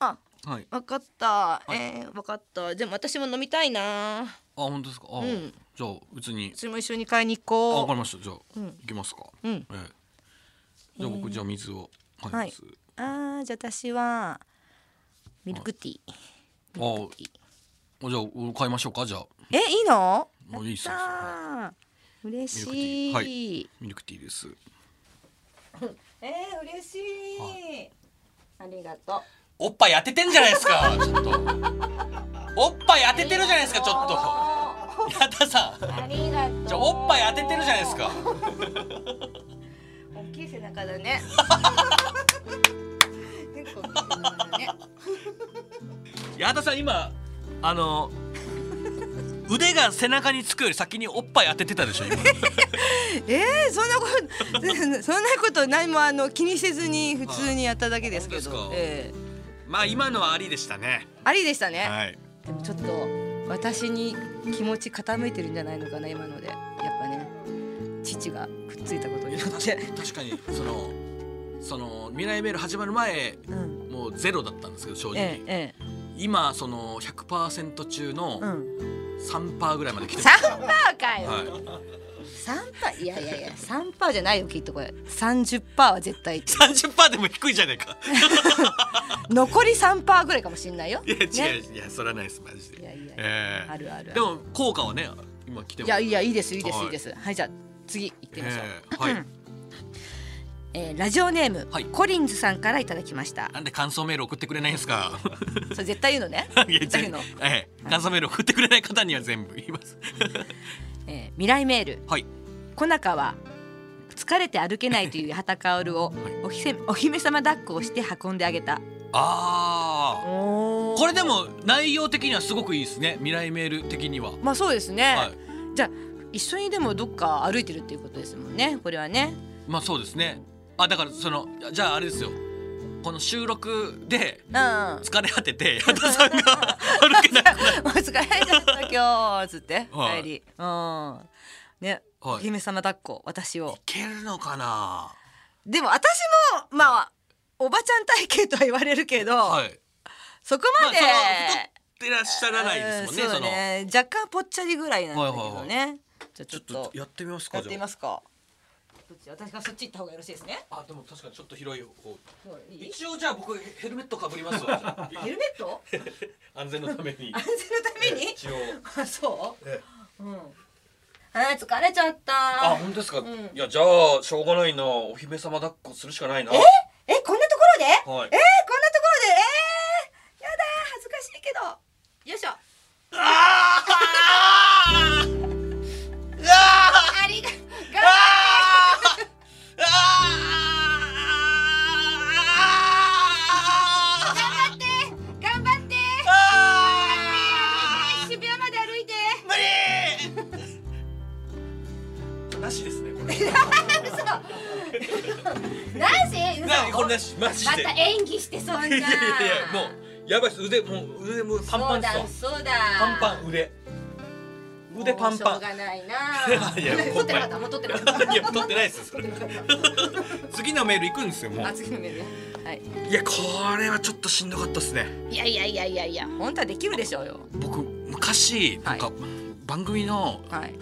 E: あ
F: はい
E: あわかった。
F: い
E: えーわかった。でも私も飲みたいな。
F: あ本当ですかあ、
E: うん
F: じゃあ別に
E: 私も一緒に買いに行
F: あわ
E: こ
F: か
E: う。
F: りましたじゃあ、
E: うん
F: 行きますか、
E: うん。
F: ええじゃあ僕、じゃあ水を
E: はい
F: 水
E: ああじゃあ私はミルクティー。
F: ああじゃあお買いましょうかじゃあ
E: えいいの？
F: もういいっすよ
E: あー嬉
F: ミルクテ
E: し
F: ィ
E: い。
F: ーはいミルクティーです
E: えー、嬉しい。ありがとう。
F: おっぱい当ててんじゃないですかちょっとおっぱい当ててるじゃないですかちょっと
E: あ
F: 矢田さん
E: りがとう。
F: じゃあおっぱい当ててるじゃないですか
E: 大きい背中だ ね。結構大きい背中だね。
F: 矢田さん今あの腕が背中につくより先におっぱい当ててたでしょ今
E: えー、そんなことそんなこと何もあの気にせずに普通にやっただけですけ
F: あ本
E: ど
F: 当、で
E: え
F: まあ今のはありでしたね
E: ー、ありでしたね、
A: はい
E: でもちょっと私に気持ち傾いてるんじゃないのかな今のでやっぱね父がくっついたことによって、
F: 確かにそのその未来メール始まる前
E: うん、
F: もうゼロだったんですけど正
E: え
F: 直、
E: えええ
F: 今その100%中の
E: うん
F: 3%ぐらいまで来てます、
E: 三パーかよ
F: はい
E: 三パーいやいやいや三パーじゃないよきっとこれ三十パーは絶対
F: 30%でも低いじゃねえか
E: 残り三パーぐらいかもしれないよ
F: いや 違
E: ね
F: う、いやそれはないですマジ
E: いやい
F: で
E: やいや
A: え
E: あるある
F: でも効果はね今来て
E: い
F: ます
E: やいやいいですいいです、
F: はい
E: い、いですはいじゃあ次行ってみましょう、
F: え えはい
E: えーラジオネーム、
F: はい
E: コリンズさんからいただきました
F: なんで感想メール送ってくれないんで すか
E: それ絶対言うのね
F: いや
E: 絶対言うの、
F: ええ感想メール送ってくれない方には全部言います
E: えー未来メール
F: はい
E: 小中は疲れて歩けないという八幡薫をおひせお姫様抱っこをして運んであげた
F: ああ
E: お
F: これでも内容的にはすごくいいですね未来メール的には、
E: まあそうですね、
F: はい
E: じゃあ一緒にでもどっか歩いてるっていうことですもんねこれはね
F: まあそうですねあだからそのじゃああれですよこの収録で
E: うん お
F: 疲れ果て て矢田さんが歩けない
E: 疲れちゃった今日つって
F: はい
E: 帰り、うんね、
F: はい
E: お姫様抱っこ私を
F: いけるのかな
E: でも私もまあおばちゃん体型とは言われるけど、
F: はい
E: そこまで、
F: まあその太ってらっしゃらないですもんね
E: うんそ
F: そう
E: ね若干ぽっちゃりぐらいなんだけどね、じゃあちょっ
F: のちょっ
E: と
F: とやってみますか
E: やってみますすかどっち私がそっち行った方がよろしいですね
F: あでも確かにちょっと広い方
E: そういい
F: 一応じゃあ僕ヘルメットかぶりますわじゃあ
E: ヘルメット安
F: 安全のために
E: 全のために
F: 一応
E: あそう、
F: え
E: うんあー疲れちゃった
F: あ本当ですか、
E: ん
F: いやじゃあしょうがないなお姫様抱っこするしかないな
E: えこんなところで、えー、こんな
F: は
E: ところ
F: い
E: でえー、やだー恥ずかしいけどよいしょ
F: あー
E: ありが頑張れ
F: あ
E: 頑
F: ー
E: 張って頑張って
F: あー
E: 渋谷まで歩いて
F: 無理なしですねこれ
E: ナンシー
F: なこれな
E: 嘘
F: しマジ
E: ま
F: で
E: た演技してそんじゃん
F: いやいやいやもうやばいっす腕もう腕もうパンパンっす
E: そ
F: わ
E: うだそうだ
F: パンパン腕腕パンパ
E: もうしょう
F: ン
E: がないな
F: い やもう
E: 撮ってなかったもう撮ってなかっ
F: いや取ってないっすよそれ 次のメール行くんですよも
E: たあ
F: う
E: 次のメールねはい
F: いやこれはちょっとしんどかったっすね
E: いやいやいやいやいや本当はできるでしょうよ
F: 僕昔なんか番組の
E: はい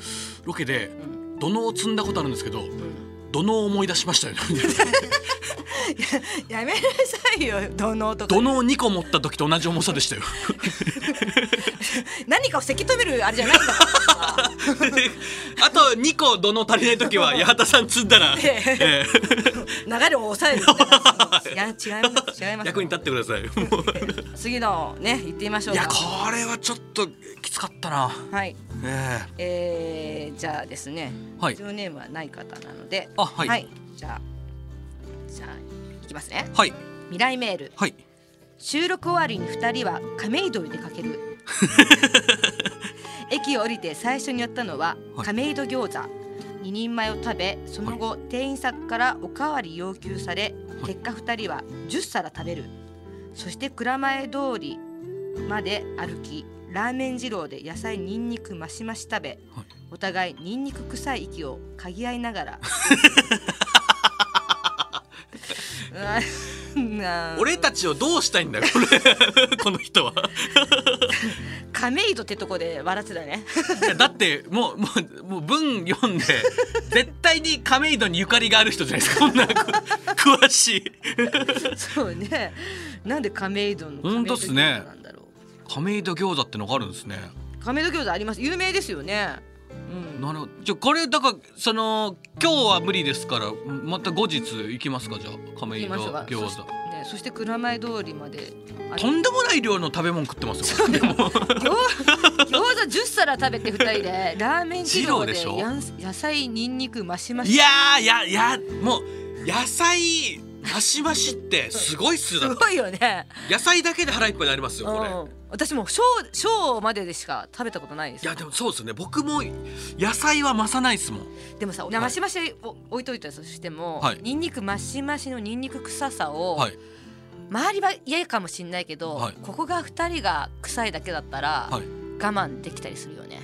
F: ロケで
E: ん
F: 土のうを積んだことあるんですけど
E: ん
F: 土のうを思い出しましたよ
E: やめなさいよ土のとか
F: 土のう2個持った時と同じ重さでしたよ
E: 何かをせき止めるあれじゃないんだ から
F: あと2個土のう足りない時は八幡さん積んだら、
E: え
F: ええ
E: 流れを抑え るみたいないや違います違います
F: 役に立ってください。
E: 次のね行ってみましょう
F: いや
E: か
F: これはちょっときつかったな。
E: はい
F: え
E: えー、じゃあですね
F: えはい
E: ジ。ョーネームはない方なので
F: あはい
E: じゃあじゃあいきますね
F: はい
E: 未来メール
F: はい。
E: 収録終わりに二人は亀戸へ出かけ る駅を降りて最初に寄ったのは
F: はい
E: 亀戸餃子二人前を食べその後、店員さんからおかわり要求され
F: はい
E: 結果二人は10皿食べるそして蔵前通りまで歩きラーメン二郎で野菜にんにく増し増し食べ、お互いにんにく臭い息を嗅ぎ合いな がらうわなあ
F: 俺たちをどうしたいんだよこれこの人は。
E: 亀戸ってとこで笑ってた ね
F: いやだってもうもうもう文読んで絶対に亀戸にゆかりがある人じゃないですかこんな詳詳しい
E: そうねなんで亀戸の
F: ほん
E: 亀戸
F: とっすね
E: 餃子なんだろう
F: 亀戸餃子ってのがあるんですね
E: 亀戸餃子あります有名ですよねうん
F: なるほどじゃあこれだからその今日は無理ですからまた後日行きますかじゃあ亀戸
E: 行きましょうか
F: 餃
E: そ
F: 子
E: しね、そして蔵前通りまであ
F: と
E: の
F: んでもない量の食べ物食ってますよこれでも
E: 餃餃子10皿食べて2人 でラーメン二郎で
F: 二郎でしょ
E: やん野菜にんにく増し増し
F: いやーいやいやもう野菜マシマシってすごいっす
E: す
F: だ
E: ごいよね
F: 野菜だけで腹いっぱいになりますよこれ
E: うん私もう小小まででしか食べたことないで
F: い
E: す
F: やでもそうですね僕も野菜は増さないですもん
E: でもさ
F: い
E: マシマシを置いといたとしても、
F: はい
E: ニンニクマシマシのニンニク臭さを、
F: はい
E: 周りは嫌かもしれないけど、
F: はい
E: ここが二人が臭いだけだったら、
F: はい
E: 我慢できたりするよね、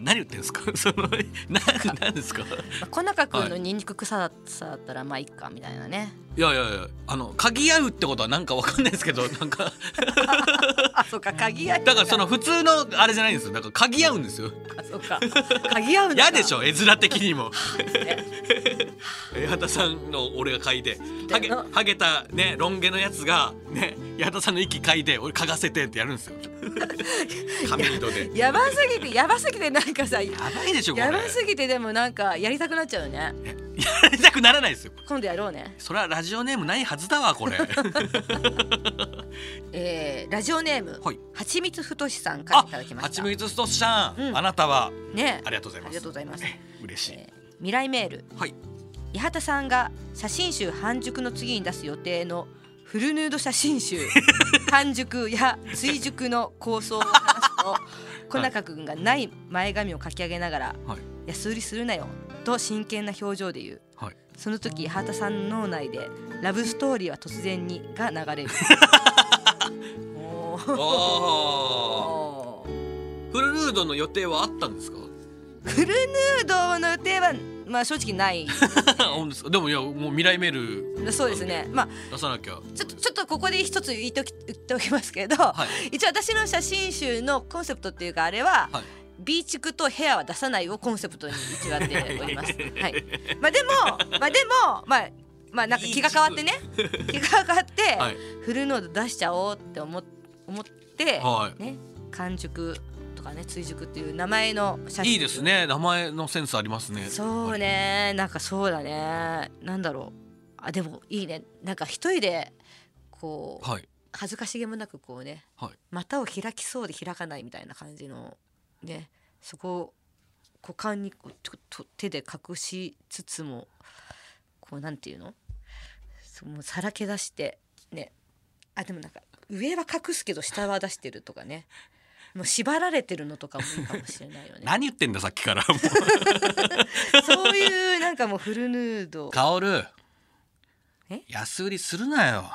F: 何言ってんですか そのな何ですか
E: まあ、小中君
F: は
E: のニンニク臭さだったらまあいいかみたいなね
F: いやいやいやあの鍵合うってことはなんかわかんないですけどな んか
E: あそうか鍵合い
F: だからその普通のあれじゃないんですよだから鍵合うんですよ
E: そうか 鍵合うんだ
F: 嫌 でしょ絵面的にも 八幡さんの俺が嗅いでハゲハゲたねロン毛のやつがね八幡さんの息嗅いで俺嗅がせてってやるんで すよ亀戸で
E: やばすぎてやばすぎてなんかさや
F: やばいでしょこれ
E: ばすぎてでもなんかやりたくなっちゃうよね
F: やりたくならないですよ
E: 今度やろうね
F: それはラジオネームないはずだわこれ
E: えー、ラジオネーム、
F: はい
E: はちみつふとしさんから
F: あ
E: いただきま
F: は
E: し
F: ち
E: た。
F: みつストシさん、
E: うん
F: あなたは
E: ね
F: ありがとうございます
E: ありがとうございます
F: 嬉しい、
E: えー未来メール
F: はい
E: 八幡さんが写真集半熟の次に出す予定のフルヌード写真 集半熟や追熟の構想を話すと小中君がない前髪をかき上げながら
F: はい
E: 「安売りするなよ」と真剣な表情で言う、
F: はい
E: その時八幡さんの脳内で「ラブストーリーは突然に」が流 れるおー
F: あ
E: おー
F: ーフルヌードの予定はあったんですか
E: フルヌードの予定はまあ正直ない
F: 本当ですかでもいやもう未来メール
E: そうですねまあ
F: 出さなき
E: ち
F: ゃ
E: ょっとちょっとここで一つ言っとき言っておきますけど、
F: はい
E: 一応私の写真集のコンセプトっていうかあれは、
F: はい
E: ビーチクとヘアは出さないをコンセプトに一応やっており ます。はい、まあでもまあでもまあまあなんか気が変わってね気が変わって、
F: はい
E: フルノード出しちゃおうって思っ思って、
F: はい
E: ね完熟とかね追熟っていう名前の写真
F: いいですね名前のセンスありますね
E: そうねなんかそうだねなんだろうあでもいいねなんか一人でこう
F: はい
E: 恥ずかしげもなくこうね、
F: はい
E: 股を開きそうで開かないみたいな感じのねそこを股間にこうちょっと手で隠しつつもこうなんていうのそのさらけ出してねあでもなんか上は隠すけど下は出してるとかねもう縛られてるのとかもいいかもしれないよね
F: 何言ってんださっきからも
E: そういうなんかもうフルヌード
F: う薫
E: え
F: 安売りするなよ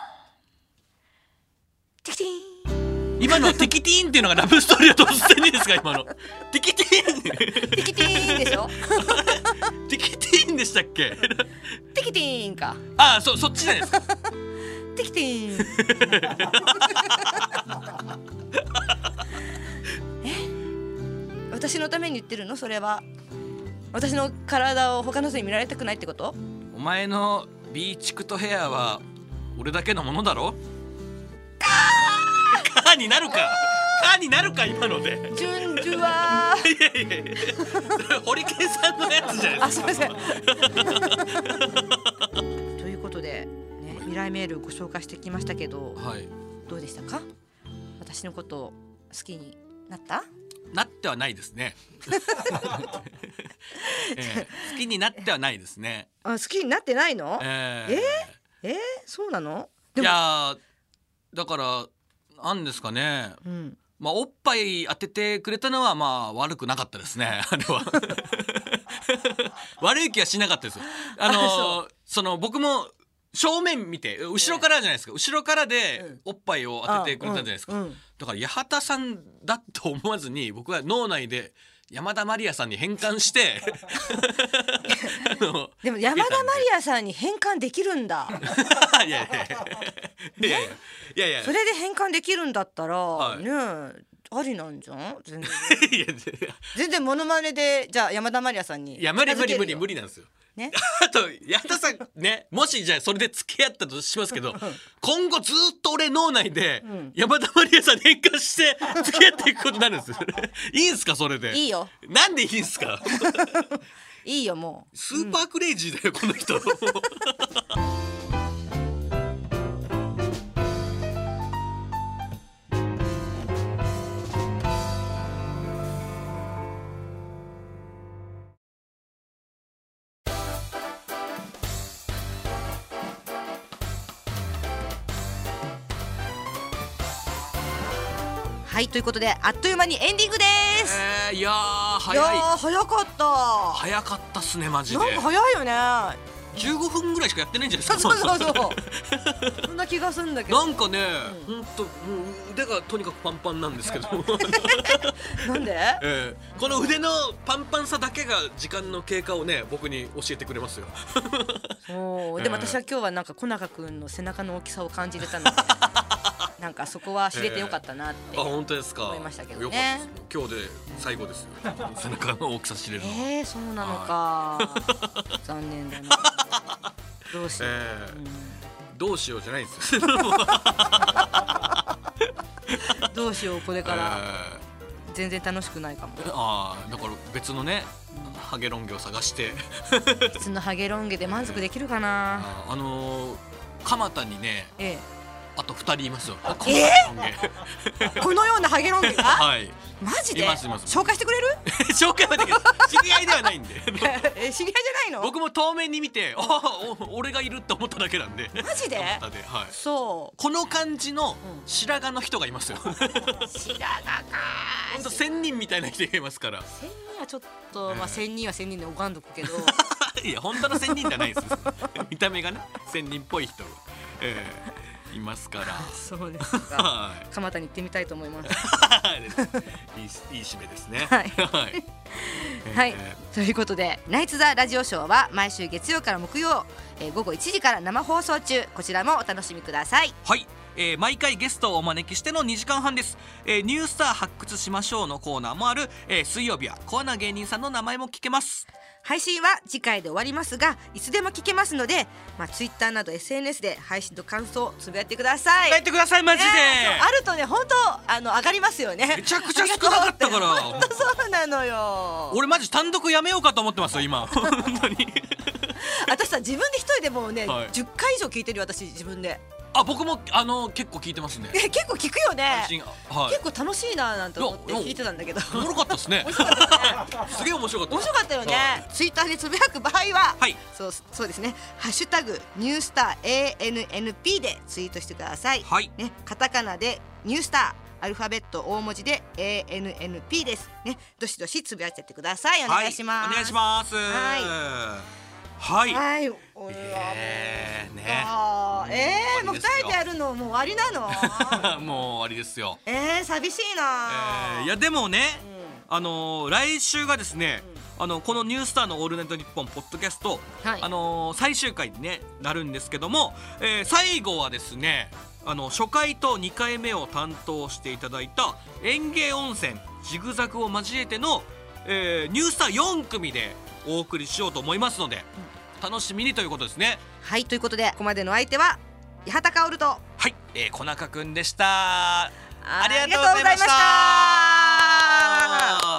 E: ティキティーン
F: 今のテキティーンっていうのがラブストーリーだと突然にですか今のテキティーン
E: ティキティーンでしょ
F: テキティーンでしたっけ
E: ティキティーンか
F: ああそそっちじゃないですか
E: ティキティーン え私のために言ってるのそれは私の体を他の人に見られたくないってこと
F: お前のビーチクとヘアは俺だけのものだろカーカーになるかカーになるか今ので
E: ジュンジュはい
F: やいやいや それホリケンさんのやつじゃない
E: あ
F: です
E: すいませんというイメールご紹介してきましたけど
F: はい
E: どうでしたか私のことを好きになった
F: なってはないです ね、ええ好きになってはないですね
E: あ好きになってないの
F: ええ
E: ええー、そうなので
F: い
E: も
F: やーだからなんですかね
E: うん、
F: まあおっぱい当ててくれたのはまあ悪くなかったですね あれは悪い気はしなかったですよあのー
E: あ
F: その僕も正面見て後ろからじゃないですか後ろから
E: う
F: で
E: ん
F: おっぱいを当ててくれたじゃないですか、
E: あうんうん
F: だから八幡さんだと思わずに僕は脳内で山田まりやさんに変換して あの
E: でも山田マリアさんに変換できるんだ
F: いやいやいやいやいや いやいやいや
E: それで変換できるんだったら、
F: はい
E: ねえありなんじゃん全然
F: いや
E: 全然モノマネでじゃあ山田マリアさんに
F: いや無理無理無理無
E: 理
F: 理なんですよ。
E: ね
F: あと八幡さんねもしじゃあそれで付き合ったとしますけど今後ずっと俺脳内で
E: ん
F: 山田まりやさんに変換して付き合っていくことになるんですよ いいんすかそれで
E: いいよ
F: なんでいいんすか
E: いいよもう
F: スーパークレイジーだよこの人
E: はいということであっという間にエンディングです、
F: えーいやー
E: いや
F: 早い
E: ー早かった
F: 早かったっすねマジで
E: なんか早いよね
F: 15分ぐらいしかやってないんじゃない
E: そう
F: です
E: そ
F: か
E: うそうそうそんな気がするんだけど
F: なんかね、本当もう腕がとにかくパンパンなんで すけど、
E: なんで
F: ええこの腕のパンパンさだけが時間の経過をね僕に教えてくれますよ。
E: そうでも
F: ええ
E: 私は今日はなんか小中くんの背中の大きさを感じれ たのでなんかそこは知れてよかったなって、
F: あ本当ですか。
E: 思いましたけどね
F: よかったです今日で最後 ですよ。背中の大きさ知れるのは。え
E: えー、そうなのか残念だな どうしよう、
F: え
E: う
F: どうしようじゃないん ですよ。
E: んどうしようこれ
F: え
E: から
F: え
E: 全然楽しくないかも
F: ああだから別のねハゲロン毛を 探して
E: 普通のハゲロン毛で満足できるかな、
F: あーあのー蒲田にね
E: え
F: あと二人いますよ。蒲田のロン毛
E: え、このようなハゲロン毛が
F: はい。
E: マジで
F: いますいます
E: 紹介してく れる
F: 紹介はできない知り合いではない んで
E: え知り合いじゃないの
F: 僕も遠目に見てあお俺がいるって思っただけなんで
E: マジで
F: だで、はい、
E: そ
F: この感じの
E: うん
F: 白髪の人がいますよほ
E: う 白髪か
F: んと仙人みたいな人がいますから
E: 千人はちょっと、まあ、千人は千人で拝んどくけど
F: いや本当の仙人じゃないです 見た目がね仙人っぽい人が、ええいますから
E: そうですか
F: は
E: 蒲田に行ってみたいと思います
F: いいいいい締めですね
E: はい
F: はい
E: はい
F: え、
E: ということで「ナイツ・ザ・ラジオショー」は毎週月曜から木曜、えー午後1時から生放送中こちらもお楽しみください
F: はい、えー毎回ゲストをお招きしての2時間半です、えーニュースター発掘しましょうのコーナーもある、えー水曜日はコアな芸人さんの名前も聞けます
E: 配信は次回で終わりますがいつでも聞けますので、まあ、Twitter など SNS で配信と感想をつぶやいてください
F: 書いてくださいマジで、
E: ねそうあるとね本当あの上がりますよね
F: めちゃくちゃ少なかったから
E: 本当そうなのよ
F: 俺マジ単独やめようかと思ってますよ今本当に
E: 私さ自分で一人でもうね、
F: はい
E: 10回以上聞いてるよ私自分で
F: あ僕もあの結構聞いてますね
E: ね結構聞くよね
F: 配信はい
E: 結構楽しいななんて思って
F: いや
E: 聞いてたんだけど
F: おもろかったです ねすげえ面白かった
E: 面白かったよね
F: は。
E: ツイッターでつぶやく場合は、
F: はい
E: そうそうですね。ハッシュタグニュースター ANNP でツイートしてください。
F: はい
E: ね、カタカナでニュースター、アルファベット大文字で ANNP です。ね、どしどしつぶやいちゃってください。お願いします。
F: お願いしますはい、
E: はい。おい
F: えー、ね
E: あーえー、もう二人でやるのもう終わりなの
F: もう終わりですよ
E: えー、寂しいな、
F: えーいやでもね、あのー来週がですね、あのこの「ニュースターのオールナイトニッポン」ポッドキャスト、
E: はい
F: あのー最終回に、ね、なるんですけども、えー最後はですねあの初回と2回目を担当していただいた園芸温泉ジグザグを交えての、えーニュースター4組でお送りしようと思いますので、楽しみにということですね
E: はい、ということでここまでのお相手は八幡薫と
F: はい、えー、小中くんでしたあ
E: あ
F: りがとうございました